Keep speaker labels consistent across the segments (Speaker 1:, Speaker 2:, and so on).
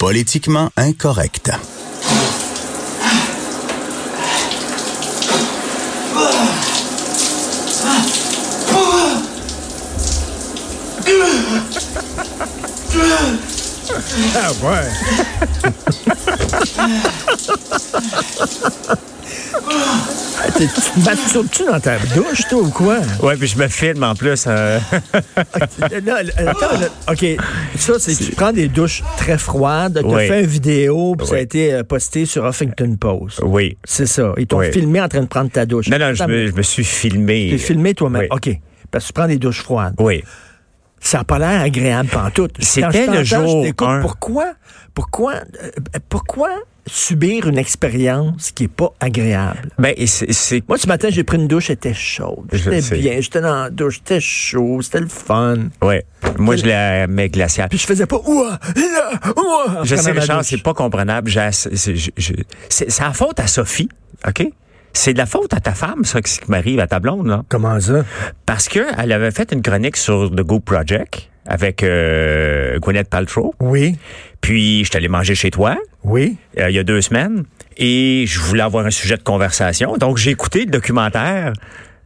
Speaker 1: Politiquement incorrect.
Speaker 2: Ah ouais. Ah, t'es- tu te bats- sautes-tu dans ta douche, toi, ou quoi?
Speaker 3: Ouais, puis je me filme en plus. euh,
Speaker 2: Euh, Là, là, attends, là, OK. Ça, c'est tu prends des douches très froides, tu
Speaker 3: Oui.
Speaker 2: fait une vidéo, puis ça a
Speaker 3: Oui.
Speaker 2: été euh, posté sur Huffington Post.
Speaker 3: oui.
Speaker 2: C'est ça. Ils t'ont
Speaker 3: Oui.
Speaker 2: filmé en train de prendre ta douche.
Speaker 3: Non, non, je
Speaker 2: Attends,
Speaker 3: me, je me suis filmé.
Speaker 2: T'es filmé toi-même.
Speaker 3: Oui.
Speaker 2: OK. Parce que tu prends des douches froides.
Speaker 3: Oui.
Speaker 2: Ça n'a pas l'air agréable pantoute. Quand
Speaker 3: C'était
Speaker 2: je
Speaker 3: le
Speaker 2: t'entends, je
Speaker 3: jour
Speaker 2: t'écoute.
Speaker 3: un.
Speaker 2: Pourquoi, pourquoi, euh, pourquoi subir une expérience qui n'est pas agréable?
Speaker 3: Ben, et c'est- c'est.
Speaker 2: Moi, ce matin, j'ai pris une douche, elle était chaude.
Speaker 3: Je
Speaker 2: J'étais
Speaker 3: sais.
Speaker 2: bien, j'étais dans la douche, j'étais chaud, c'était le fun.
Speaker 3: Ouais. Moi, je la mets glaciale.
Speaker 2: Puis je faisais pas ouah, là, ouah. en
Speaker 3: Je
Speaker 2: prenant
Speaker 3: sais,
Speaker 2: ma
Speaker 3: Richard,
Speaker 2: douche.
Speaker 3: c'est pas comprenable. J'ai ass- C'est je- je- c'est- c'est la faute à Sophie, OK? C'est de la faute à ta femme, ça, ce qui m'arrive à ta blonde, là.
Speaker 2: Comment ça?
Speaker 3: Parce que elle avait fait une chronique sur The Go Project avec euh, Gwyneth Paltrow.
Speaker 2: Oui,
Speaker 3: Puis, je suis allé manger chez toi
Speaker 2: oui.
Speaker 3: euh, il y a deux semaines et je voulais avoir un sujet de conversation. Donc, j'ai écouté le documentaire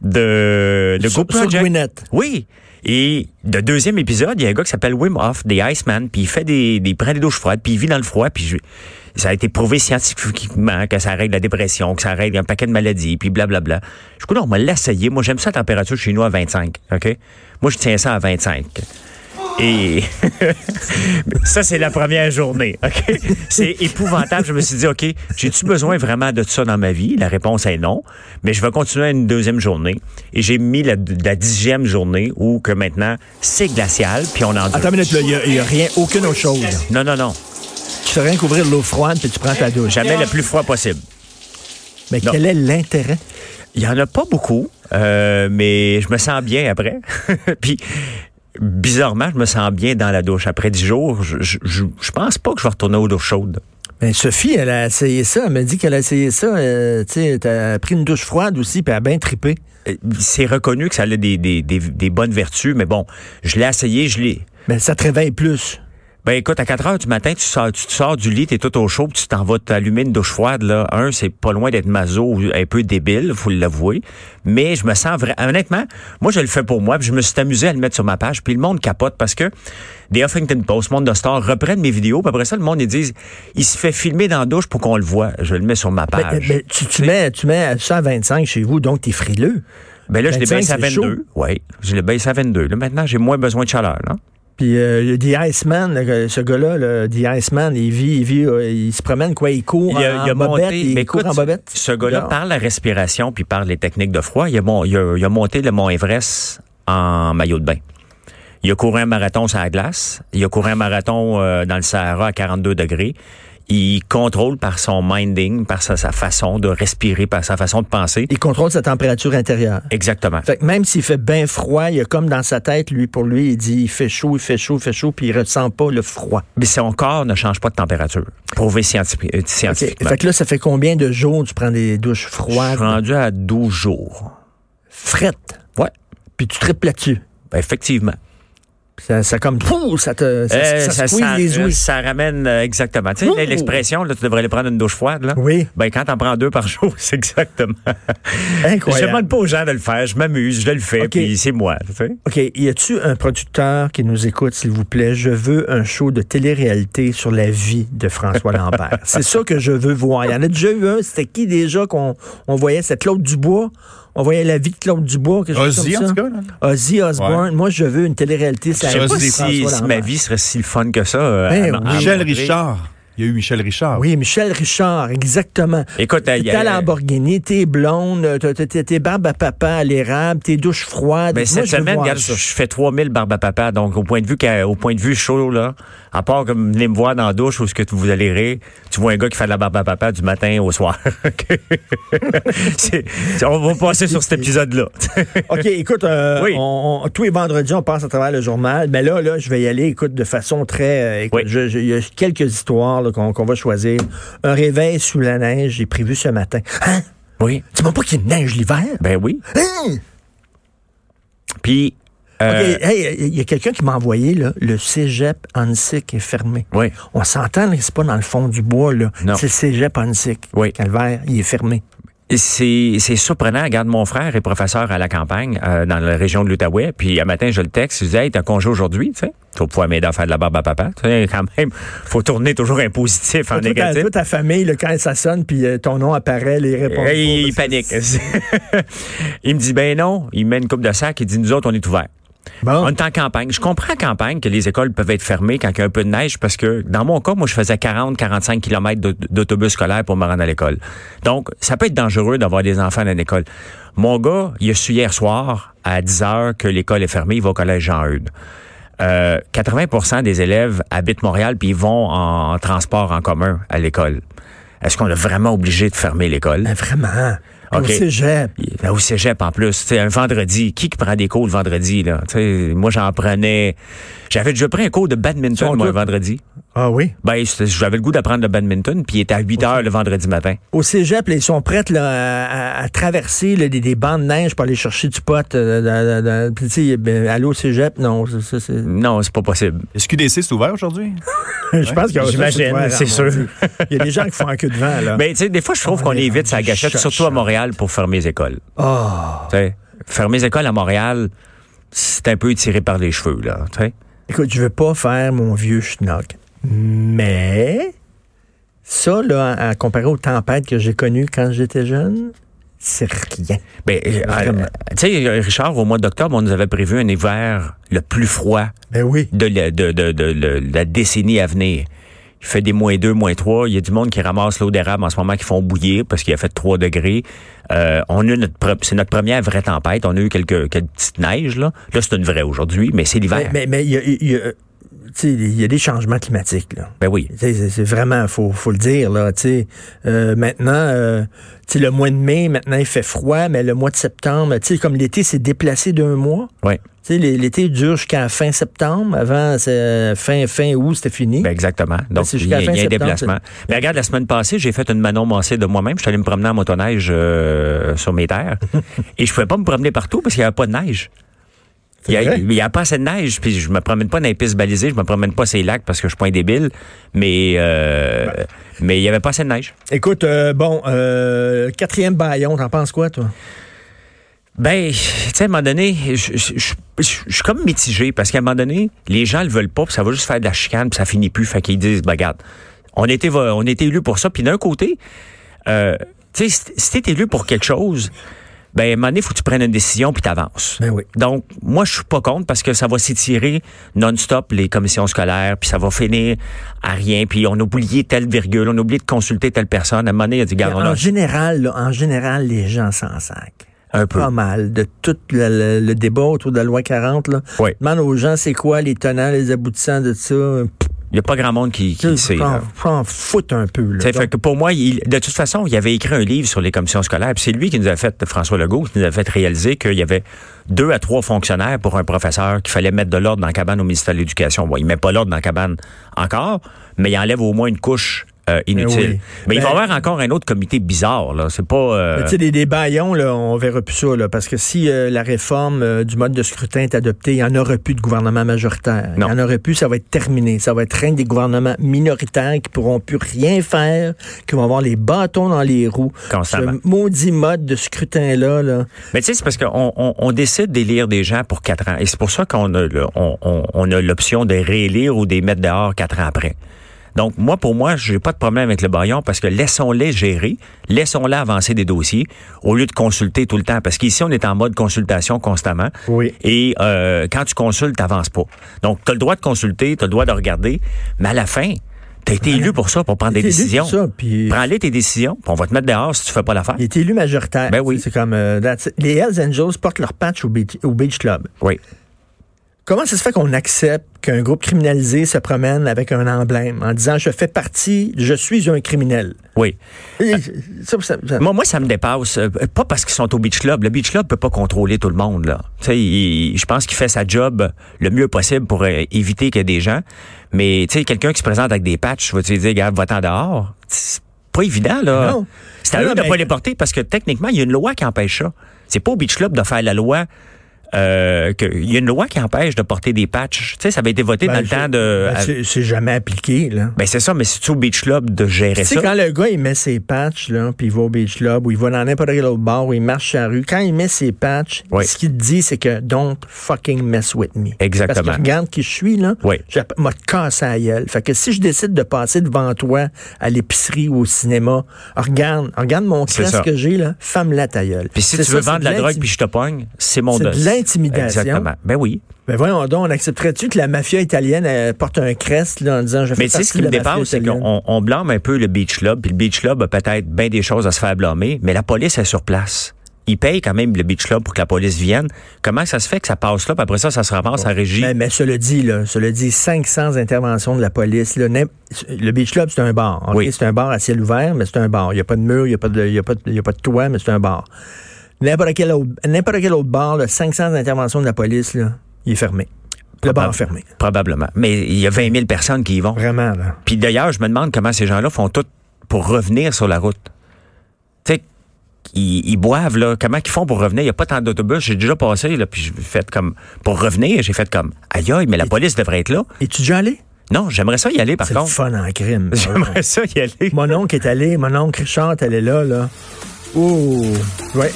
Speaker 3: de, de
Speaker 2: Sur-
Speaker 3: Go Project.
Speaker 2: sur Gwyneth.
Speaker 3: Oui. Et le deuxième épisode, il y a un gars qui s'appelle Wim Hof, des Iceman, puis il fait des, des, il prend des douches froides, puis il vit dans le froid, puis je- ça a été prouvé scientifiquement que ça règle la dépression, que ça règle un paquet de maladies, puis blablabla. Je crois on m'a l'essayé. Moi, j'aime ça la température chez nous à 25, OK? Moi, je tiens ça à 25. Et ça, c'est la première journée, OK? C'est épouvantable. Je me suis dit, OK, j'ai-tu besoin vraiment de ça dans ma vie? La réponse est non. Mais je vais continuer une deuxième journée. Et j'ai mis la, la dixième journée où que maintenant, c'est glacial, puis on endure.
Speaker 2: Attends une minute, là, il y a- il n'y a, rien, aucune eau chaude. là.
Speaker 3: Non, non, non.
Speaker 2: Tu fais rien qu'ouvrir l'eau froide, puis tu prends ta douche.
Speaker 3: Jamais le plus froid possible.
Speaker 2: Mais
Speaker 3: Non.
Speaker 2: quel est l'intérêt?
Speaker 3: Il y en a pas beaucoup, euh, mais je me sens bien après. Puis, bizarrement, je me sens bien dans la douche. Après dix jours, je, je, je- je pense pas que je vais retourner aux douches chaudes.
Speaker 2: Mais Ben, Sophie, elle a essayé ça. Elle m'a dit qu'elle a essayé ça. euh, tu sais, t'as pris une douche froide aussi, puis elle a bien trippé.
Speaker 3: Euh, C'est reconnu que ça a des, des, des, des bonnes vertus, mais bon, je l'ai essayé, je l'ai.
Speaker 2: Mais ça te réveille plus.
Speaker 3: Ben écoute, à 4 heures du matin, tu sors, tu te sors du lit, t'es tout au chaud, puis tu t'en vas t'allumer une douche froide, là. Un, c'est pas loin d'être maso ou un peu débile, faut l'avouer. Mais je me sens vrai. Honnêtement, moi, je le fais pour moi, puis je me suis amusé à le mettre sur ma page, puis le monde capote parce que des Huffington Post, Monde de Star reprennent mes vidéos, puis après ça, le monde, ils disent, il se fait filmer dans la douche pour qu'on le voit. Je le mets sur ma
Speaker 2: Mais,
Speaker 3: page.
Speaker 2: mais tu, tu mets, tu mets ça à 25 chez vous, donc t'es frileux.
Speaker 3: Ben là, je l'ai
Speaker 2: 25,
Speaker 3: baissé à
Speaker 2: c'est chaud.
Speaker 3: 22. Oui, je l'ai baissé à 22. Là, maintenant, j'ai moins besoin de chaleur. Là.
Speaker 2: Puis euh, le The Iceman, le- ce gars-là, le The Iceman, il vit, il vit, euh, il se promène quoi, il court en, en bobette, il
Speaker 3: Mais
Speaker 2: court
Speaker 3: écoute,
Speaker 2: en bobette.
Speaker 3: Ce gars-là,
Speaker 2: Non.
Speaker 3: par la respiration puis par les techniques de froid, il a, mon- il a- il a monté le Mont Everest en maillot de bain. Il a couru un marathon sur la glace. Il a couru un marathon euh, dans le Sahara à 42 degrés. Il contrôle par son minding, par sa, sa façon de respirer, par sa façon de penser.
Speaker 2: Il contrôle sa température intérieure.
Speaker 3: Exactement.
Speaker 2: Fait que même s'il fait bien froid, il y a comme dans sa tête, lui, pour lui, il dit, il fait chaud, il fait chaud, il fait chaud, puis il ressent pas le froid.
Speaker 3: Mais son corps ne change pas de température. Prouvé scientifi- euh,
Speaker 2: OK.
Speaker 3: scientifiquement.
Speaker 2: Fait que là, ça fait combien de jours tu prends des douches
Speaker 3: Je suis
Speaker 2: froides,
Speaker 3: rendu à 12 jours.
Speaker 2: frettes,
Speaker 3: Ouais.
Speaker 2: puis tu triples là-dessus?
Speaker 3: Ben, effectivement.
Speaker 2: Ça, ça comme, pouh, ça te, ça,
Speaker 3: Euh,
Speaker 2: ça
Speaker 3: ça,
Speaker 2: squeeze
Speaker 3: ça-
Speaker 2: les
Speaker 3: euh,
Speaker 2: ouïes.
Speaker 3: ça ramène euh, exactement. Tu sais,
Speaker 2: Ouh.
Speaker 3: là, l'expression, là, tu devrais aller prendre une douche froide. Là.
Speaker 2: Oui.
Speaker 3: Ben, quand t'en prends deux par jour, c'est exactement. Je
Speaker 2: Incroyable.
Speaker 3: demande pas aux gens de le faire. Je m'amuse, je le fais,
Speaker 2: OK.
Speaker 3: puis c'est moi. tu sais.
Speaker 2: OK, y a-tu un producteur qui nous écoute, s'il vous plaît? Je veux un show de télé-réalité sur la vie de François Lambert. C'est ça que je veux voir. Il y en a déjà eu un. C'était qui déjà qu'on on voyait? C'était Claude Dubois. On voyait la vie de Claude Dubois. quelque chose
Speaker 4: Ozzy,
Speaker 2: comme ça.
Speaker 4: en tout cas, là.
Speaker 2: Ozzy Osbourne. Moi, je veux une télé-réalité sur
Speaker 3: Je
Speaker 2: la
Speaker 3: sais pas
Speaker 2: vie de
Speaker 3: si,
Speaker 2: François
Speaker 3: si
Speaker 2: Lambert.
Speaker 3: ma vie serait si le fun que ça. euh,
Speaker 2: Ben
Speaker 3: à- à
Speaker 2: oui.
Speaker 4: Michel
Speaker 3: montrer.
Speaker 4: Richard.
Speaker 1: Il y a eu Michel Richard.
Speaker 2: Oui, Michel Richard, exactement.
Speaker 3: Écoute,
Speaker 2: t'es
Speaker 3: il y a-
Speaker 2: à Lamborghini, t'es blonde, t'es- t'es t'es barbe à papa à l'érable, t'es douche froide.
Speaker 3: Ben,
Speaker 2: Moi,
Speaker 3: cette
Speaker 2: je veux
Speaker 3: semaine,
Speaker 2: voir
Speaker 3: regarde,
Speaker 2: ça.
Speaker 3: je fais 3000 barbes à papa. Donc, au point de vue, qu'a- au point de vue chaud, là, à part comme venez me voir dans la douche ou ce que tu- vous allez rire, tu vois un gars qui fait de la barbe à papa du matin au soir. C'est- on va passer sur cet épisode-là.
Speaker 2: OK, écoute, euh,
Speaker 3: Oui.
Speaker 2: on- on- tous les vendredis, on passe à travers le journal. Mais là, là, je vais y aller, écoute, de façon très... euh, écoute,
Speaker 3: Oui.
Speaker 2: je- je- Il y a quelques histoires là, qu'on qu'on va choisir. Un réveil sous la neige, j'ai prévu ce matin. Hein?
Speaker 3: oui.
Speaker 2: Tu m'as pas qu'il neige l'hiver?
Speaker 3: Ben oui.
Speaker 2: Hein?
Speaker 3: Puis, euh,
Speaker 2: OK, hey, il y a quelqu'un qui m'a envoyé, là, le cégep Annecy qui est fermé.
Speaker 3: oui.
Speaker 2: On s'entend, là, c'est pas dans le fond du bois, là.
Speaker 3: Non.
Speaker 2: C'est le cégep Annecy.
Speaker 3: Oui.
Speaker 2: Calvaire, il est fermé.
Speaker 3: C'est c'est surprenant. Regarde, mon frère est professeur à la campagne, euh, dans la région de l'Outaouais. Puis, un matin, je le texte. Je lui dis, hey, t'as congé aujourd'hui, tu sais. Tu vas pouvoir m'aider à faire de la barbe à papa. Tu sais, quand même, faut tourner toujours un positif en
Speaker 2: Toi, ta,
Speaker 3: négatif.
Speaker 2: toi, ta famille, là, quand ça sonne, puis euh, ton nom apparaît, là, il répond. pas,
Speaker 3: Et il
Speaker 2: parce que
Speaker 3: panique. il me dit, ben non. Il met une coupe de sac. Il dit, nous autres, on est ouverts.
Speaker 2: Bon.
Speaker 3: On est en campagne. Je comprends en campagne que les écoles peuvent être fermées quand il y a un peu de neige parce que, dans mon cas, moi, je faisais 40-45 km d'autobus scolaire pour me rendre à l'école. Donc, ça peut être dangereux d'avoir des enfants dans l'école. Mon gars, il a su hier soir, à 10 heures, que l'école est fermée, il va au collège Jean-Eudes. Euh, 80 des élèves habitent Montréal puis ils vont en, en transport en commun à l'école. Est-ce qu'on est vraiment obligé de fermer l'école?
Speaker 2: Ben, vraiment.
Speaker 3: OK.
Speaker 2: Au cégep.
Speaker 3: Là, au cégep, en plus, tu sais, un vendredi, qui qui prend des cours le vendredi, là? Tu sais, moi, j'en prenais... J'avais déjà pris un cours de badminton,
Speaker 2: Sont
Speaker 3: moi, le
Speaker 2: tous-
Speaker 3: vendredi.
Speaker 2: Ah oui?
Speaker 3: Ben, c'était- j'avais le goût d'apprendre le badminton, puis il était à 8 heures le vendredi matin.
Speaker 2: Au cégep, là, ils sont prêts là, à, à- à traverser là, des, des bancs de neige pour aller chercher du pot. euh, dans- dans- dans- puis, tu sais, ben, aller au cégep, non. ça- ça, c'est-
Speaker 3: Non, c'est pas possible.
Speaker 1: SQDC, c'est ouvert aujourd'hui?
Speaker 2: Je pense qu'il y a
Speaker 3: J'imagine,
Speaker 2: ça,
Speaker 3: c'est
Speaker 2: ouvert, à
Speaker 3: sûr.
Speaker 2: mon Dieu. Il y a des gens qui font un queue de vent, là.
Speaker 3: Mais Ben, tu sais, des fois, je trouve
Speaker 2: On
Speaker 3: qu'on
Speaker 2: est
Speaker 3: est vite
Speaker 2: rendu
Speaker 3: ça gâchette, surtout à
Speaker 2: cherchant.
Speaker 3: Montréal, pour fermer les écoles.
Speaker 2: Ah.
Speaker 3: Tu sais, fermer les écoles à Montréal, c'est un peu tiré par les cheveux, là. tu sais.
Speaker 2: Écoute, je veux pas faire mon vieux schnock, mais ça, là, à, à comparer aux tempêtes que j'ai connues quand j'étais jeune, c'est rien.
Speaker 3: Ben, euh,
Speaker 2: Vraiment.
Speaker 3: euh, tu sais, Richard, au mois d'octobre, on nous avait prévu un hiver le plus froid
Speaker 2: Ben oui.
Speaker 3: de la, de, de- de- de la décennie à venir. Il fait des moins 2, moins 3. Il y a du monde qui ramasse l'eau d'érable en ce moment, qui font bouillir parce qu'il a fait 3 degrés. Euh, on a eu notre pre- c'est notre première vraie tempête. On a eu quelques, quelques petites neiges. Là, là c'est une vraie aujourd'hui, mais c'est l'hiver.
Speaker 2: Mais mais- mais il y a- il y a- tu sais, il y a des changements climatiques, là.
Speaker 3: Ben oui.
Speaker 2: Tu sais, C'est c'est vraiment, faut, faut le dire, là, tu sais. Euh, maintenant, euh, tu sais, le mois de mai, maintenant, il fait froid, mais le mois de septembre, tu sais, comme l'été s'est déplacé d'un mois.
Speaker 3: Ouais.
Speaker 2: Tu sais, l'é- l'été dure jusqu'à fin septembre. Avant, c'est euh, fin, fin août, c'était fini.
Speaker 3: Ben exactement. Donc,
Speaker 2: c'est
Speaker 3: il y
Speaker 2: jusqu'à
Speaker 3: a,
Speaker 2: fin
Speaker 3: il y a un
Speaker 2: septembre,
Speaker 3: déplacement. Mais regarde, la semaine passée, j'ai fait une Manon Mancé de moi-même. Je suis allé me promener en motoneige euh, sur mes terres. Et je pouvais pas me promener partout parce qu'il n'y avait pas de neige. Il y, a,
Speaker 2: vrai.
Speaker 3: il y a pas assez de neige, puis je me promène pas dans les pistes balisées, je me promène pas ces lacs parce que je suis pas un débile, mais euh,
Speaker 2: Ben.
Speaker 3: mais il y avait pas assez de neige.
Speaker 2: Écoute, euh, bon, euh, quatrième baillon, t'en penses quoi, toi?
Speaker 3: Ben, tu sais, à un moment donné, je je- je- je- je suis comme mitigé parce qu'à un moment donné, les gens le veulent pas, puis ça va juste faire de la chicane, puis ça finit plus. Fait qu'ils disent, ben, regarde, on était, on était élus pour ça. Puis d'un côté, euh, tu sais, si- si t'es élu pour quelque chose, ben, à un moment donné, faut que tu prennes une décision puis t'avances.
Speaker 2: Ben oui.
Speaker 3: Donc, moi, je suis pas contre parce que ça va s'étirer non-stop les commissions scolaires, puis ça va finir à rien, puis on a oublié telle virgule, on a oublié de consulter telle personne. À un moment donné, il a dit, regarde, on
Speaker 2: en
Speaker 3: a
Speaker 2: général, là, en général, les gens s'en sacent.
Speaker 3: un peu.
Speaker 2: Pas mal. De tout le, le- le débat autour de la loi 40, là.
Speaker 3: Oui.
Speaker 2: Demande aux gens c'est quoi les tenants, les aboutissants de ça.
Speaker 3: Il y a pas grand monde qui, qui le sait. là.
Speaker 2: S'en foutent un peu,
Speaker 3: Tu
Speaker 2: là.
Speaker 3: sais,
Speaker 2: Donc,
Speaker 3: fait que pour moi, il- de toute façon, il avait écrit un livre sur les commissions scolaires. puis C'est lui qui nous a fait, François Legault, qui nous a fait réaliser qu'il y avait deux à trois fonctionnaires pour un professeur qu'il fallait mettre de l'ordre dans la cabane au ministère de l'Éducation. Bon, il met pas l'ordre dans la cabane encore, mais il enlève au moins une couche euh, inutile.
Speaker 2: Ben oui.
Speaker 3: Mais il va y
Speaker 2: Ben-
Speaker 3: avoir encore un autre comité bizarre. là. C'est pas... euh,
Speaker 2: Mais Tu sais, des, des baillons, là, on verra plus ça, là, parce que si euh, la réforme euh, du mode de scrutin est adoptée, il n'y en aurait plus de gouvernement majoritaire. Il n'y
Speaker 3: Non.
Speaker 2: en aurait plus, ça va être terminé. Ça va être règne des gouvernements minoritaires qui pourront plus rien faire, qui vont avoir les bâtons dans les roues.
Speaker 3: Constamment.
Speaker 2: Ce maudit mode de scrutin-là, là,
Speaker 3: Mais tu sais, c'est parce qu'on on, on décide d'élire des gens pour quatre ans. Et c'est pour ça qu'on a, le- on, on- on a l'option de réélire ou de les mettre dehors quatre ans après. Donc, moi, pour moi, j'ai pas de problème avec le baillon parce que laissons-les gérer, laissons-les avancer des dossiers au lieu de consulter tout le temps. Parce qu'ici, on est en mode consultation constamment.
Speaker 2: Oui.
Speaker 3: Et euh, quand tu consultes, t'avances pas. Donc, tu as le droit de consulter, tu as le droit de regarder, mais à la fin, T'as été élu pour ça, pour prendre des
Speaker 2: Il était élu
Speaker 3: décisions.
Speaker 2: pour ça, puis-
Speaker 3: Prends-les tes décisions, puis on va te mettre dehors si tu fais pas l'affaire.
Speaker 2: Il est élu majoritaire.
Speaker 3: Ben oui.
Speaker 2: C'est comme euh, that's it. les Hells Angels portent leur patch au beach, au beach club.
Speaker 3: Oui.
Speaker 2: Comment ça se fait qu'on accepte qu'un groupe criminalisé se promène avec un emblème en disant je fais partie, je suis un criminel.
Speaker 3: Oui.
Speaker 2: Et ça, ça- ça-
Speaker 3: Ah. Moi, moi, ça me dépasse. Euh, Pas parce qu'ils sont au Beach Club. Le Beach Club peut pas contrôler tout le monde. Là. Tu sais, il- je pense qu'il fait sa job le mieux possible pour euh, éviter qu'il y ait des gens. Mais tu sais, quelqu'un qui se présente avec des patchs, vas-tu lui dire, regarde, va-t'en dehors? C'est pas évident, là.
Speaker 2: Non.
Speaker 3: C'est à
Speaker 2: Non,
Speaker 3: eux de
Speaker 2: mais-
Speaker 3: pas les porter parce que techniquement, il y a une loi qui empêche ça. C'est pas au Beach Club de faire la loi. Euh, que- il y a une loi qui empêche de porter des patchs. Tu sais, ça avait été voté dans
Speaker 2: ben,
Speaker 3: le
Speaker 2: je-
Speaker 3: temps de.
Speaker 2: ben,
Speaker 3: à-
Speaker 2: c'est- c'est jamais appliqué là.
Speaker 3: Ben c'est ça, mais c'est au Beach Club de gérer
Speaker 2: Tu
Speaker 3: ça.
Speaker 2: sais, quand le gars, il met ses patchs, là, puis il va au beach club, ou il va dans n'importe quel autre bar, ou il marche sur la rue, quand il met ses patchs,
Speaker 3: Oui.
Speaker 2: ce qu'il te dit, c'est que don't fucking mess with me.
Speaker 3: Exactement.
Speaker 2: Parce que regarde qui je suis, là.
Speaker 3: Oui.
Speaker 2: Je m'a te cassé la gueule. Fait que si je décide de passer devant toi à l'épicerie ou au cinéma, regarde, regarde mon
Speaker 3: C'est
Speaker 2: casque
Speaker 3: ça.
Speaker 2: que j'ai, là, femme-la ta gueule.
Speaker 3: Puis si
Speaker 2: C'est
Speaker 3: tu veux
Speaker 2: ça,
Speaker 3: vendre de
Speaker 2: c'est
Speaker 3: la
Speaker 2: de
Speaker 3: drogue
Speaker 2: l'intim-
Speaker 3: puis je te pogne, c'est mon
Speaker 2: C'est de
Speaker 3: dos.
Speaker 2: l'intimidation.
Speaker 3: Exactement. Ben oui.
Speaker 2: Ben voyons donc, on accepterait-tu que la mafia italienne euh, porte un crest, là, en disant, je fais
Speaker 3: Mais tu sais,
Speaker 2: partie
Speaker 3: ce qui
Speaker 2: de
Speaker 3: me
Speaker 2: la mafia
Speaker 3: dépasse, c'est
Speaker 2: italienne.
Speaker 3: qu'on on blâme un peu le Beach Club, puis le Beach Club a peut-être bien des choses à se faire blâmer, mais la police est sur place. Ils payent quand même le Beach Club pour que la police vienne. Comment ça se fait que ça passe là, puis après ça, ça se ramasse en régie?
Speaker 2: Mais, mais cela dit, là, cela dit, 500 interventions de la police. là, n'im- le Beach Club, c'est un bar. ok?
Speaker 3: Oui.
Speaker 2: C'est un bar à ciel ouvert, mais c'est un bar. Il n'y a pas de mur, il n'y a, pas de- il y a, pas de- il y a pas de toit, mais c'est un bar. N'importe quel, autre- n'importe quel autre bar, là, 500 interventions de la police, là, il est fermé. Le bar est
Speaker 3: Probable-
Speaker 2: fermé.
Speaker 3: Probablement. Mais il y a 20 000 personnes qui y vont.
Speaker 2: Vraiment, là.
Speaker 3: Puis d'ailleurs, je me demande comment ces gens-là font tout pour revenir sur la route. Tu sais, ils, ils boivent, là. Comment ils font pour revenir? Il n'y a pas tant d'autobus. J'ai déjà passé, là, puis j'ai fait comme... Pour revenir, j'ai fait comme... Aïe, aïe, mais la police devrait être là.
Speaker 2: Es-tu déjà allé?
Speaker 3: Non, j'aimerais ça y aller, par
Speaker 2: C'est le
Speaker 3: contre.
Speaker 2: fun en crime.
Speaker 3: J'aimerais ça y aller.
Speaker 2: mon oncle est allé, mon oncle Richard est allé là, là. Oh, ouais.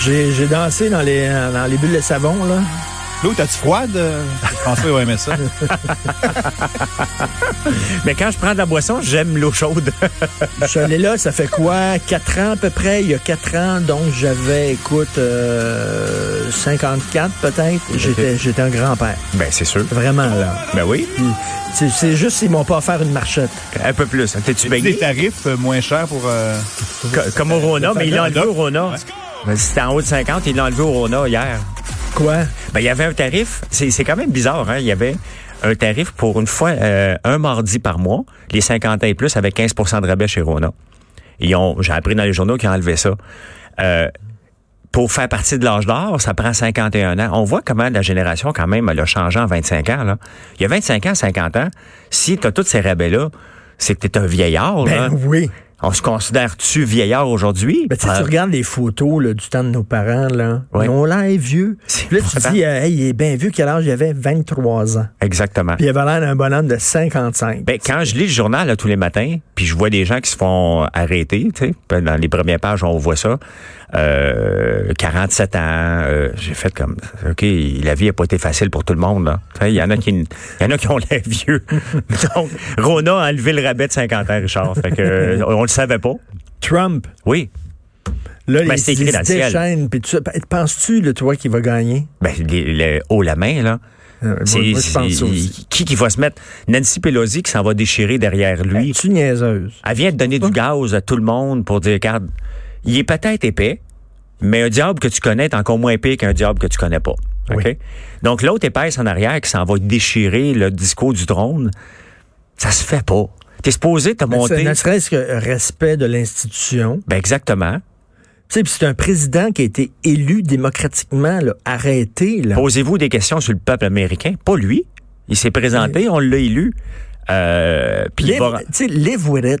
Speaker 2: J'ai j'ai dansé dans les, dans les bulles de savon, là.
Speaker 1: L'eau, t'as-tu froide? euh? François va aimer ça.
Speaker 3: Mais quand je prends de la boisson, j'aime l'eau chaude.
Speaker 2: Je suis allé là, ça fait quoi? Quatre ans à peu près? Il y a quatre ans, donc j'avais, écoute, euh, 54 peut-être. J'étais, j'étais un grand-père.
Speaker 3: ben, c'est sûr.
Speaker 2: Vraiment, là.
Speaker 3: Ben oui.
Speaker 2: C'est, c'est juste qu'ils m'ont pas offert une marchette.
Speaker 3: Un peu plus. T'es-tu
Speaker 1: Des
Speaker 3: baigné?
Speaker 1: tarifs euh, moins chers pour... euh,
Speaker 3: Co- Comme au Rona, mais il l'a enlevé au Rona. Ben, C'était en haut de 50, il l'a enlevé au Rona hier.
Speaker 2: Quoi?
Speaker 3: Ben, il y avait un tarif, c'est c'est quand même bizarre, hein? Il y avait un tarif pour une fois, euh, un mardi par mois, les 50 ans et plus, avec 15 de rabais chez Rona. Ils ont, j'ai appris dans les journaux qu'ils ont enlevé ça. Euh, pour faire partie de l'âge d'or, ça prend 51 ans. On voit comment la génération, quand même, elle a changé en 25 ans. Là. Il y a 25 ans, 50 ans, si tu as tous ces rabais-là, c'est que tu un vieillard. là.
Speaker 2: Ben oui.
Speaker 3: On se considère-tu vieillard aujourd'hui?
Speaker 2: Ben, tu sais,
Speaker 3: Euh,
Speaker 2: tu regardes les photos là, du temps de nos parents, là.
Speaker 3: Ouais.
Speaker 2: On l'a est vieux.
Speaker 3: C'est
Speaker 2: Puis là, tu
Speaker 3: vraiment-
Speaker 2: dis, euh, hey, il est bien vieux. Quel âge il avait? 23 ans.
Speaker 3: Exactement.
Speaker 2: Puis euh, il avait l'air d'un bonhomme de 55.
Speaker 3: Ben, quand je lis le journal là, tous les matins, puis je vois des gens qui se font arrêter, tu sais, ben, dans les premières pages, on voit ça, euh, 47 ans, euh, j'ai fait comme, OK, la vie a pas été facile pour tout le monde. là. Tu sais, Il y, en a qui- il y en a qui ont l'air vieux. Donc, Rona a enlevé le rabais de 50 ans, Richard. Fait que, euh, on le savait pas.
Speaker 2: Trump,
Speaker 3: Oui.
Speaker 2: là,
Speaker 3: Ben,
Speaker 2: il
Speaker 3: c'est
Speaker 2: il
Speaker 3: écrit
Speaker 2: se
Speaker 3: dans le ciel.
Speaker 2: déchaîne. Puis tu- penses-tu, là, toi, qu'il va gagner?
Speaker 3: Ben, les- le haut la main, là.
Speaker 2: Euh, moi-
Speaker 3: C'est-
Speaker 2: moi, je pense ça aussi.
Speaker 3: c'est- qui qui va se mettre Nancy Pelosi qui s'en va déchirer derrière lui.
Speaker 2: Es-tu niaiseuse?
Speaker 3: Elle vient de donner du gaz à tout le monde pour dire, regarde, il est peut-être épais, mais un diable que tu connais est encore moins épais qu'un diable que tu connais pas.
Speaker 2: Oui.
Speaker 3: OK? Donc, l'autre épaisse en arrière qui s'en va déchirer le disco du drone, ça se fait pas. T'es supposé te
Speaker 2: C'est
Speaker 3: monter.
Speaker 2: Ne serait-ce que respect de l'institution.
Speaker 3: Ben, exactement.
Speaker 2: Tu sais, puis c'est un président qui a été élu démocratiquement, là, arrêté. Là.
Speaker 3: Posez-vous des questions sur le peuple américain. Pas lui. Il s'est présenté, on l'a élu. Euh, puis il
Speaker 2: Liv,
Speaker 3: va-
Speaker 2: tu sais, Liv Ouellet,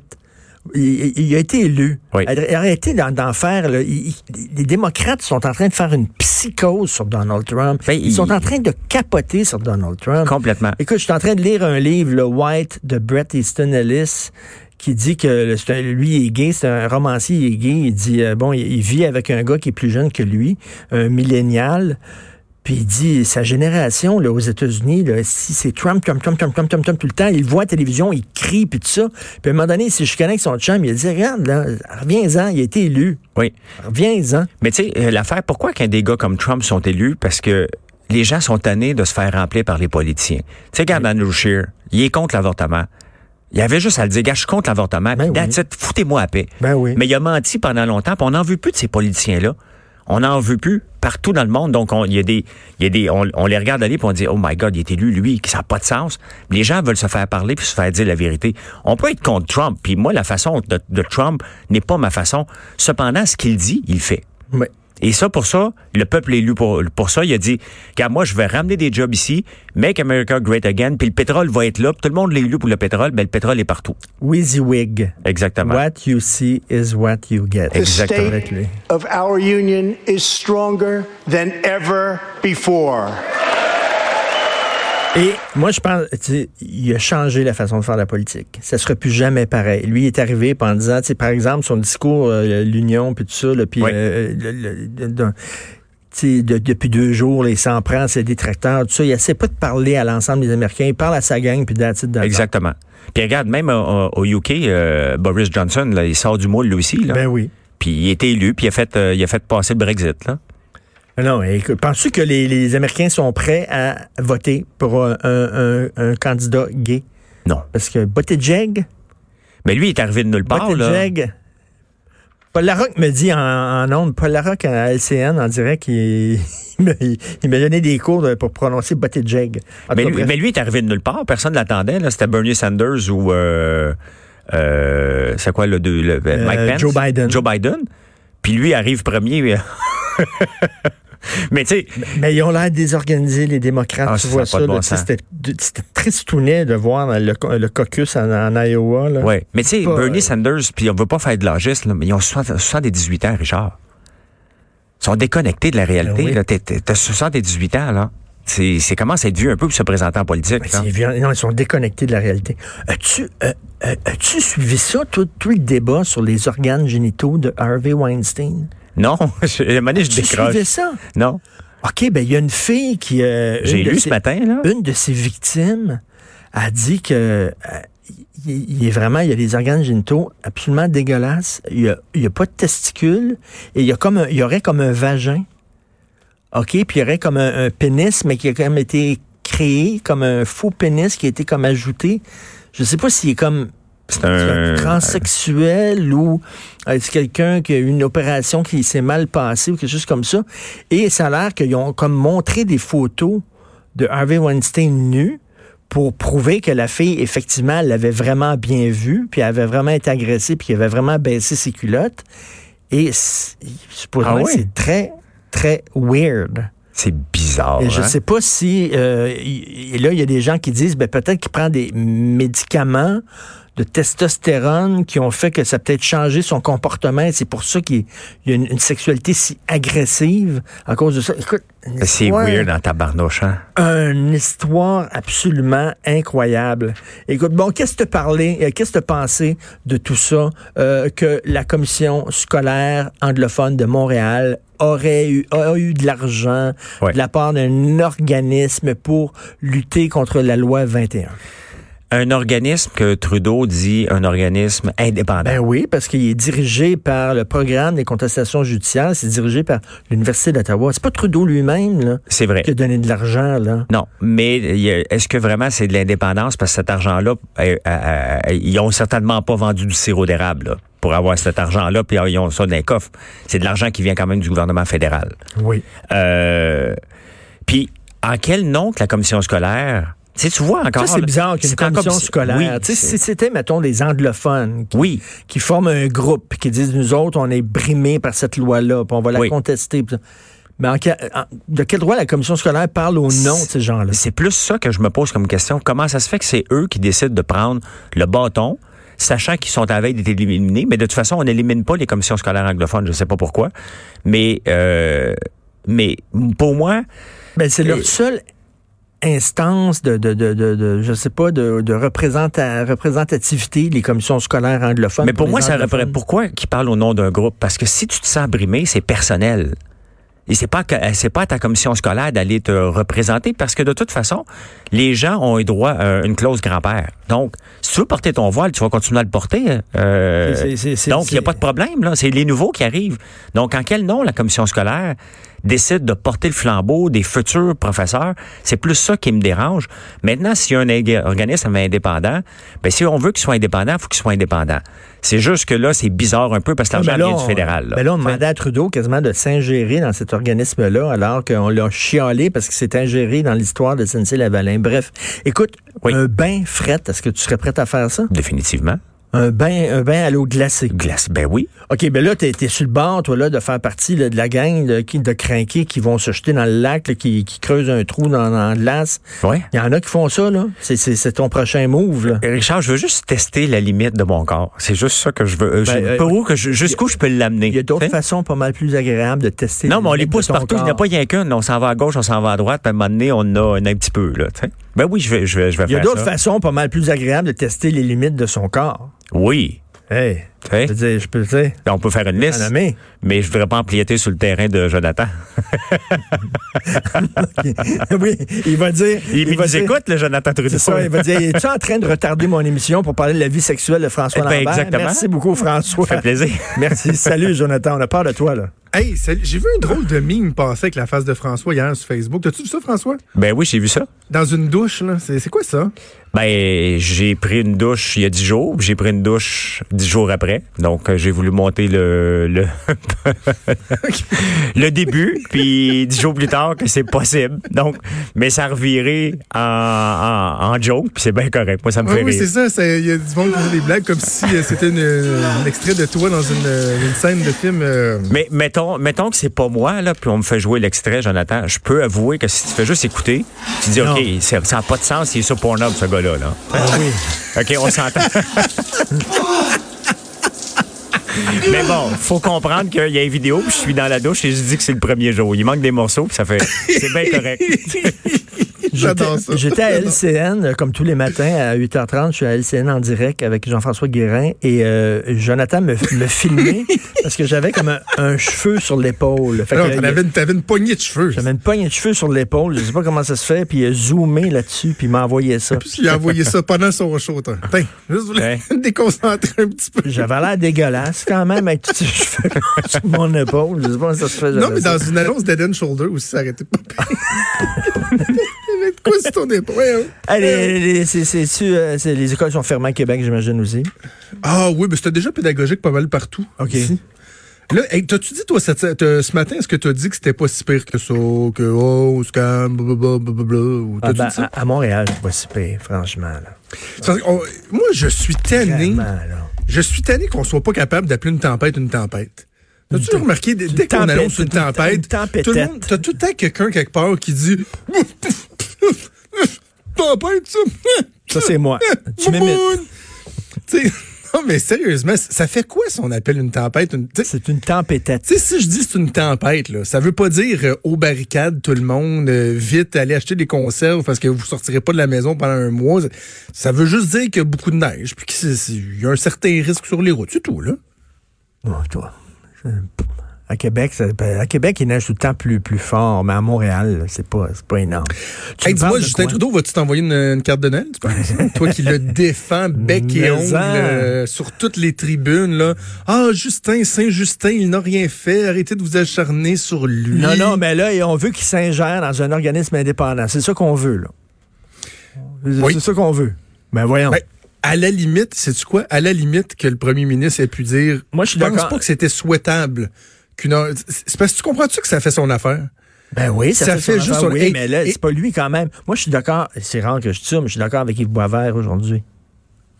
Speaker 2: il, il a été élu.
Speaker 3: Oui.
Speaker 2: Arr- Arrêté d'en d'en faire. là, il- il- les démocrates sont en train de faire une psychose sur Donald Trump.
Speaker 3: Ben,
Speaker 2: Ils
Speaker 3: il-
Speaker 2: sont en train de capoter sur Donald Trump.
Speaker 3: Complètement.
Speaker 2: Écoute, je suis en train de lire un livre, le White, de Bret Easton Ellis, qui dit que le- c'est un- lui il est gay, c'est un romancier, il est gay. Il dit, euh, bon, il, il vit avec un gars qui est plus jeune que lui, un millénial. Puis il dit, sa génération, là, aux États-Unis, là, si c'est Trump, Trump, Trump, Trump, Trump, Trump, Trump, tout le temps, il le voit à la télévision, il crie, puis tout ça. Puis à un moment donné, si je connais avec son chum, il a dit, regarde, là, reviens-en, il a été élu.
Speaker 3: Oui.
Speaker 2: Reviens-en.
Speaker 3: Mais tu sais, euh, l'affaire, pourquoi qu'un des gars comme Trump sont élus? Parce que les gens sont tannés de se faire remplir par les politiciens. Tu sais, regarde Andrew Scheer, il est contre l'avortement. Il avait juste à le dire, gars, je suis contre l'avortement. puis
Speaker 2: Ben
Speaker 3: that's
Speaker 2: oui.
Speaker 3: it, foutez-moi à paix.
Speaker 2: Ben oui.
Speaker 3: Mais il a menti pendant longtemps, puis on n'en veut plus de ces politiciens-là. On n'en veut plus partout dans le monde. Donc, on, il y a des, il y a des, on, on les regarde aller, puis on dit, oh my God, il est élu, lui, ça n'a pas de sens. Puis Les gens veulent se faire parler, puis se faire dire la vérité. On peut être contre Trump, puis moi, la façon de, de Trump n'est pas ma façon. Cependant, ce qu'il dit, il fait.
Speaker 2: Oui.
Speaker 3: Et ça, pour ça, le peuple élu pour, pour ça, il a dit, car moi, je vais ramener des jobs ici, make America great again, puis le pétrole va être là, puis tout le monde l'a élu pour le pétrole, mais le pétrole est partout.
Speaker 2: WYSIWYG.
Speaker 3: Exactement.
Speaker 2: What you see is what you get.
Speaker 4: The
Speaker 3: Exactement.
Speaker 2: Avec lui.
Speaker 4: state of our union is stronger than ever before.
Speaker 2: Et moi, je pense, tu sais, il a changé la façon de faire la politique. Ça sera plus jamais pareil. Lui, il est arrivé puis en disant, tu sais, par exemple, son discours, euh, l'union, puis tout ça, là, puis
Speaker 3: Oui.
Speaker 2: euh, le- le- le- d'un- tu sais, de- depuis deux jours, les s'en prend, c'est des tracteurs, tout ça. Il essaie pas de parler à l'ensemble des Américains. Il parle à sa gang, puis d'un titre
Speaker 3: Exactement. Puis regarde, même euh, au UK, euh, Boris Johnson, là, il sort du moule lui aussi. Là.
Speaker 2: Ben oui.
Speaker 3: Puis il a été élu, puis il a fait, euh, il a fait passer le Brexit. Là.
Speaker 2: Ben Non, écoute, penses-tu que les, les Américains sont prêts à voter pour un, un- un- un candidat gay?
Speaker 3: Non.
Speaker 2: Parce que Buttigieg,
Speaker 3: Mais lui, il est arrivé de nulle part. Là.
Speaker 2: Buttigieg. Paul Larocque me dit en, en ondes, Paul Larocque à LCN en direct, il, il me- il m'a donné des cours de- pour prononcer Buttigieg. En
Speaker 3: Mais
Speaker 2: tout cas,
Speaker 3: lui,
Speaker 2: bref.
Speaker 3: mais lui, il est arrivé de nulle part. Personne ne l'attendait. là. C'était Bernie Sanders ou... euh, euh, c'est quoi le, deux- le- Mike Pence?
Speaker 2: Euh, Joe Biden.
Speaker 3: Joe Biden. Puis lui arrive premier. mais tu sais,
Speaker 2: Mais ils ont l'air désorganisés, les démocrates.
Speaker 3: Ah,
Speaker 2: tu
Speaker 3: ça
Speaker 2: vois
Speaker 3: n'a pas
Speaker 2: ça,
Speaker 3: de
Speaker 2: là,
Speaker 3: bon
Speaker 2: tu sais,
Speaker 3: sens.
Speaker 2: c'était c'était tristounet de voir le, co- le caucus en, en Iowa. Là.
Speaker 3: ouais. mais tu sais,
Speaker 2: Ben, Pas- euh,
Speaker 3: Bernie Sanders, puis on veut pas faire de l'âgiste, là, mais ils ont 60 78 ans, Richard. Ils sont déconnectés de la réalité.
Speaker 2: Ben oui.
Speaker 3: là. T'es- t'es- T'as 78 ans, là. C'est c'est comment ça être vieux un peu pour se présenter en politique.
Speaker 2: C'est
Speaker 3: là.
Speaker 2: violent. Non, ils sont déconnectés de la réalité. As-tu euh, euh, as-tu suivi ça, tout, tout le débat sur les organes génitaux de Harvey Weinstein?
Speaker 3: Non, je, à un moment donné, je
Speaker 2: Tu
Speaker 3: décroche.
Speaker 2: suivais ça?
Speaker 3: Non.
Speaker 2: OK, ben il y a une fille qui... euh,
Speaker 3: J'ai
Speaker 2: une de
Speaker 3: lu
Speaker 2: ses-
Speaker 3: ce matin, là.
Speaker 2: Une de ses victimes a dit que... euh, il il est vraiment, il y a des organes génitaux absolument dégueulasses. Il y a, il y a pas de testicules et il y a comme, un- il y aurait comme un vagin, ok, puis il y aurait comme un, un pénis, mais qui a quand même été créé comme un faux pénis qui a été comme ajouté. Je sais pas s'il est comme
Speaker 3: C'est un.
Speaker 2: transsexuel ou euh, est-ce quelqu'un qui a eu une opération qui s'est mal passée ou quelque chose comme ça. Et ça a l'air qu'ils ont comme montré des photos de Harvey Weinstein nu pour prouver que la fille, effectivement, l'avait vraiment bien vue, puis elle avait vraiment été agressée, puis qu'elle avait vraiment baissé ses culottes. Et c'est- supposément,
Speaker 3: Ah oui?
Speaker 2: c'est très, très weird.
Speaker 3: C'est bizarre.
Speaker 2: Et je
Speaker 3: hein?
Speaker 2: sais pas si euh, y- et là il y a des gens qui disent ben peut-être qu'il prend des médicaments de testostérone qui ont fait que ça a peut-être changé son comportement et c'est pour ça qu'il il y a une, une sexualité si agressive à cause de ça. Écoute, une
Speaker 3: Ben, C'est
Speaker 2: histoire-
Speaker 3: weird dans ta barnouche, hein?
Speaker 2: Une histoire absolument incroyable. Écoute, bon, qu'est-ce que tu parlé, euh, qu'est-ce que tu pensé de tout ça euh, que la commission scolaire anglophone de Montréal aurait eu, a eu de l'argent
Speaker 3: Ouais.
Speaker 2: de la part d'un organisme pour lutter contre la loi 21.
Speaker 3: Un organisme que Trudeau dit un organisme indépendant.
Speaker 2: Ben oui, parce qu'il est dirigé par le programme des contestations judiciaires, c'est dirigé par l'Université d'Ottawa. C'est pas Trudeau lui-même là,
Speaker 3: C'est vrai.
Speaker 2: qui a donné de l'argent là.
Speaker 3: Non, mais il y a- est-ce que vraiment c'est de l'indépendance parce que cet argent-là, euh, euh, euh, ils ont certainement pas vendu du sirop d'érable là, pour avoir cet argent-là, puis euh, ils ont ça dans les coffres. C'est de l'argent qui vient quand même du gouvernement fédéral.
Speaker 2: Oui.
Speaker 3: Euh, puis en quel nom que la commission scolaire Tu sais, tu vois encore.
Speaker 2: Ça, c'est
Speaker 3: là,
Speaker 2: bizarre qu'une
Speaker 3: c'est encore
Speaker 2: commission
Speaker 3: bizarre.
Speaker 2: scolaire.
Speaker 3: Oui,
Speaker 2: Tu sais,
Speaker 3: c'est-
Speaker 2: si c'était, mettons, des anglophones qui,
Speaker 3: oui,
Speaker 2: qui forment un groupe puis qui disent nous autres, on est brimés par cette loi-là, puis on va la
Speaker 3: Oui.
Speaker 2: contester. puis ça. Mais en que- en- de quel droit la commission scolaire parle au nom de ces gens-là?
Speaker 3: c'est plus ça que je me pose comme question. Comment ça se fait que c'est eux qui décident de prendre le bâton, sachant qu'ils sont à la veille d'être éliminés, mais de toute façon, on n'élimine pas les commissions scolaires anglophones, je ne sais pas pourquoi. Mais, euh, mais pour moi,
Speaker 2: Ben, c'est leur seule instance de, de, de, de, de- je sais pas, de, de représenta- représentativité, les commissions scolaires anglophones.
Speaker 3: mais pour
Speaker 2: les
Speaker 3: moi, ça
Speaker 2: anglophones.
Speaker 3: représente pourquoi qu'ils parlent au nom d'un groupe? Parce que si tu te sens brimé, c'est personnel. Et c'est pas que- euh, c'est pas à ta commission scolaire d'aller te représenter parce que de toute façon, les gens ont un droit à une clause grand-père. Donc, si si tu veux porter ton voile, tu vas continuer à le porter. euh,
Speaker 2: C'est- c'est- c'est- c'est-
Speaker 3: donc, il n'y a
Speaker 2: c'est-
Speaker 3: pas de problème. là. C'est les nouveaux qui arrivent. Donc, en quel nom la commission scolaire décide de porter le flambeau des futurs professeurs? C'est plus ça qui me dérange. Maintenant, s'il y a un ég- organisme indépendant, ben, si on veut qu'il soit indépendant, il faut qu'il soit indépendant. C'est juste que là, c'est bizarre un peu parce que l'argent vient du fédéral. là.
Speaker 2: mais là, on demandait à Trudeau quasiment de s'ingérer dans cet organisme-là, alors qu'on l'a chialé parce qu'il s'est ingéré dans l'histoire de SNC-Lavalin. Bref, écoute,
Speaker 3: Oui.
Speaker 2: un bain fret, est-ce que tu serais prête à faire ça?
Speaker 3: Définitivement.
Speaker 2: Un bain, un bain à l'eau glacée.
Speaker 3: Glace, ben oui.
Speaker 2: OK, ben là, t'es, t'es sur le bord, toi, là, de faire partie là, de la gang de, qui- de crinqués qui vont se jeter dans le lac, là, qui, qui creusent un trou dans, dans la glace.
Speaker 3: Ouais.
Speaker 2: Il y en a qui font ça, là. C'est, c'est- c'est ton prochain move, là.
Speaker 3: Richard, je veux juste tester la limite de mon corps. C'est juste ça que je veux. Euh,
Speaker 2: Ben,
Speaker 3: je-
Speaker 2: euh,
Speaker 3: pas où que je- jusqu'où je peux l'amener.
Speaker 2: Il y a d'autres
Speaker 3: T'sais?
Speaker 2: façons pas mal plus agréables de tester.
Speaker 3: Non, mais on
Speaker 2: limites
Speaker 3: les
Speaker 2: de
Speaker 3: pousse
Speaker 2: ton
Speaker 3: partout. Il n'y en a
Speaker 2: corps.
Speaker 3: pas rien qu'une. On s'en va à gauche, on s'en va à droite. Puis à un moment donné, on en a un, un petit peu. Là, t'sais. ben oui, je vais, je vais, je vais
Speaker 2: Il y a
Speaker 3: faire
Speaker 2: d'autres
Speaker 3: ça.
Speaker 2: façons pas mal plus agréables de tester les limites de son corps.
Speaker 3: Oui.
Speaker 2: Hey,
Speaker 3: t'sais.
Speaker 2: je veux dire, je peux dire,
Speaker 3: On peut faire une liste,
Speaker 2: en amé.
Speaker 3: mais je voudrais pas empiéter sur le terrain de Jonathan.
Speaker 2: oui, il va dire.
Speaker 3: Il,
Speaker 2: va
Speaker 3: nous
Speaker 2: dire-
Speaker 3: écoute, le Jonathan Trudeau.
Speaker 2: C'est ça, il va dire, es-tu en train de retarder mon émission pour parler de la vie sexuelle de François
Speaker 3: Ben,
Speaker 2: Lambert?
Speaker 3: exactement.
Speaker 2: Merci beaucoup, François.
Speaker 3: Ça fait plaisir.
Speaker 2: Merci. Salut, Jonathan. On a peur de toi, là.
Speaker 5: Hey, salut. j'ai vu un drôle de mime passer avec la face de François hier sur Facebook. T'as-tu vu ça, François?
Speaker 3: Ben oui, j'ai vu ça.
Speaker 5: Dans une douche, là. C'est c'est quoi ça?
Speaker 3: Ben, j'ai pris une douche il y a dix jours, puis j'ai pris une douche dix jours après. Donc, euh, j'ai voulu monter le le, le début, puis dix jours plus tard que c'est possible. Donc, mais ça a reviré en, en, en joke, puis c'est bien correct. Moi, ça me
Speaker 5: Oui,
Speaker 3: fait
Speaker 5: oui,
Speaker 3: rire.
Speaker 5: c'est ça. c'est- Il y a du monde qui faisait des blagues comme si euh, c'était une- un extrait de toi dans une, euh, une scène de film. euh,
Speaker 3: Mais mettons, mettons que c'est pas moi, là, puis on me fait jouer l'extrait, Jonathan. Je peux avouer que si tu fais juste écouter, tu dis, OK, ça n'a pas de sens, il est sur Pornhub, ce gars-là. Là. OK, on s'entend. Mais bon, faut comprendre qu'il y a une vidéo, puis je suis dans la douche et je dis que c'est le premier jour. Il manque des morceaux, puis ça fait. C'est bien correct.
Speaker 5: J'adore
Speaker 2: J'étais-
Speaker 5: ça.
Speaker 2: J'étais à LCN, euh, comme tous les matins, à 8h30. Je suis à LCN en direct avec Jean-François Guérin et euh, Jonathan me, me filmait parce que j'avais comme un, un cheveu sur l'épaule. Fait que,
Speaker 5: Alors,
Speaker 2: euh,
Speaker 5: t'en avais une- t'avais une poignée de cheveux.
Speaker 2: J'avais une poignée de cheveux sur l'épaule. Je sais pas comment ça se fait. Puis il a zoomé là-dessus, puis il m'a envoyé ça.
Speaker 5: Puis il a envoyé ça pendant son show. toi. Tiens, juste voulais
Speaker 3: Ouais.
Speaker 5: me déconcentrer un petit peu.
Speaker 2: J'avais l'air dégueulasse quand même avec tous ces cheveux sur mon épaule. Je sais pas comment ça se fait.
Speaker 5: Non,
Speaker 2: j'avais
Speaker 5: mais
Speaker 2: ça.
Speaker 5: dans une annonce d'Head and Shoulder aussi, ça arrêtait pas. Mais de quoi si ton épaule? Ouais, hein. ouais.
Speaker 2: Hey, Ah, les, les- c'est- c'est- tu, euh, c'est- les écoles sont fermées à Québec, j'imagine aussi.
Speaker 5: Ah oui, mais c'était déjà pédagogique pas mal partout.
Speaker 2: OK.
Speaker 5: ici. Là, hey, t'as-tu dit, toi, cette- t'as- ce matin, est-ce que t'as dit que c'était pas si pire que ça, que oh, scam, blablabla, blablabla, ou
Speaker 2: Ah,
Speaker 5: t'as-tu
Speaker 2: ben,
Speaker 5: dit ça?
Speaker 2: à, à Montréal, c'est pas si pire, franchement. là.
Speaker 5: Parce que, on- moi, je suis tanné.
Speaker 2: Vraiment, là.
Speaker 5: Je suis tanné qu'on soit pas capable d'appeler une tempête une tempête. T'as-tu remarqué, dès, dès qu'on
Speaker 2: tempête,
Speaker 5: annonce une
Speaker 2: une te- une
Speaker 5: tempête,
Speaker 2: tempête.
Speaker 5: tout le monde, t'as tout le temps quelqu'un quelque part qui dit tempête, ça.
Speaker 2: Ça, c'est moi. Tu m'imites.
Speaker 5: Moumoune. Tu sais, non, mais sérieusement, ça fait quoi si on appelle une tempête une. tu sais,
Speaker 2: C'est une tempête.
Speaker 5: Tu sais, si je dis c'est une tempête, là, ça veut pas dire euh, aux barricades, tout le monde, euh, vite, allez acheter des conserves parce que vous sortirez pas de la maison pendant un mois. Ça- Ça veut juste dire qu'il y a beaucoup de neige, puis qu'il y a un certain risque sur les routes, c'est tout, là.
Speaker 2: Bon, toi. À Québec, ça- ben, à Québec, il neige tout le temps plus, plus fort, mais à Montréal, là, c'est pas, c'est pas énorme. Tu
Speaker 5: Hey,
Speaker 2: me parles
Speaker 5: dis-moi,
Speaker 2: de
Speaker 5: Justin
Speaker 2: quoi?
Speaker 5: Trudeau, vas-tu t'envoyer une, une carte de Noël, tu penses? Toi qui le défends bec
Speaker 2: Mais
Speaker 5: et ongle
Speaker 2: en.
Speaker 5: euh, sur toutes les tribunes, là. Ah, Justin, Saint-Justin, il n'a rien fait, arrêtez de vous acharner sur lui.
Speaker 2: Non, non, mais là, on veut qu'il s'ingère dans un organisme indépendant. C'est ça qu'on veut, là. C'est
Speaker 5: Oui.
Speaker 2: ça qu'on veut. Ben voyons.
Speaker 5: Ben, à la limite, sais-tu quoi? À la limite que le premier ministre ait pu dire
Speaker 2: Moi, je suis
Speaker 5: pense
Speaker 2: d'accord.
Speaker 5: pas que c'était souhaitable qu'une heure- C'est parce que tu comprends-tu que ça fait son affaire?
Speaker 2: Ben oui, ça,
Speaker 5: Ça
Speaker 2: fait,
Speaker 5: fait
Speaker 2: son
Speaker 5: juste
Speaker 2: affaire.
Speaker 5: un-
Speaker 2: Oui,
Speaker 5: et-
Speaker 2: mais là,
Speaker 5: et-
Speaker 2: c'est pas lui quand même. Moi, je suis d'accord. C'est rare que je tire, mais je suis d'accord avec Yves Boisvert aujourd'hui.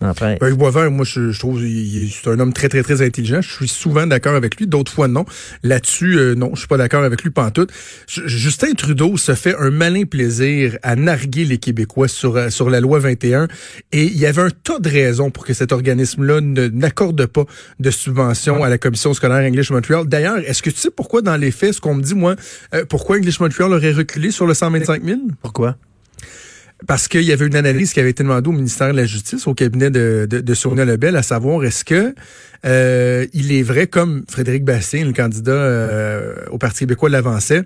Speaker 2: Après.
Speaker 5: Ben, Yves Boisvert, moi, je, je trouve, il- il- c'est un homme très, très, très intelligent. Je suis souvent d'accord avec lui. D'autres fois, non. Là-dessus, euh, non, je suis pas d'accord avec lui, pantoute. Ju- Justin Trudeau se fait un malin plaisir à narguer les Québécois sur, euh, sur la loi 21. Et il y avait un tas de raisons pour que cet organisme-là ne- n'accorde pas de subvention à la Commission scolaire English Montreal. D'ailleurs, est-ce que tu sais pourquoi, dans les faits, ce qu'on me dit, moi, euh, pourquoi English Montreal aurait reculé sur le 125 000?
Speaker 2: Pourquoi?
Speaker 5: parce qu'il y avait une analyse qui avait été demandée au ministère de la Justice, au cabinet de, de, de Sonia Lebel, à savoir est-ce que euh, il est vrai, comme Frédéric Bastien, le candidat euh, au Parti québécois, l'avançait,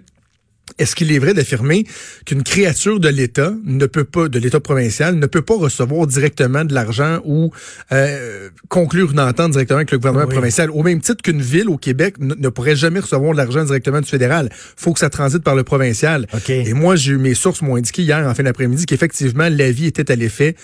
Speaker 5: Est-ce qu'il est vrai d'affirmer qu'une créature de l'État ne peut pas, de l'État provincial, ne peut pas recevoir directement de l'argent ou euh, conclure une entente directement avec le gouvernement provincial, au même titre qu'une ville au Québec ne, ne pourrait jamais recevoir de l'argent directement du fédéral? Faut que ça transite par le provincial.
Speaker 2: OK.
Speaker 5: Et moi, j'ai eu mes sources m'ont indiqué hier en fin d'après-midi qu'effectivement, l'avis était à l'effet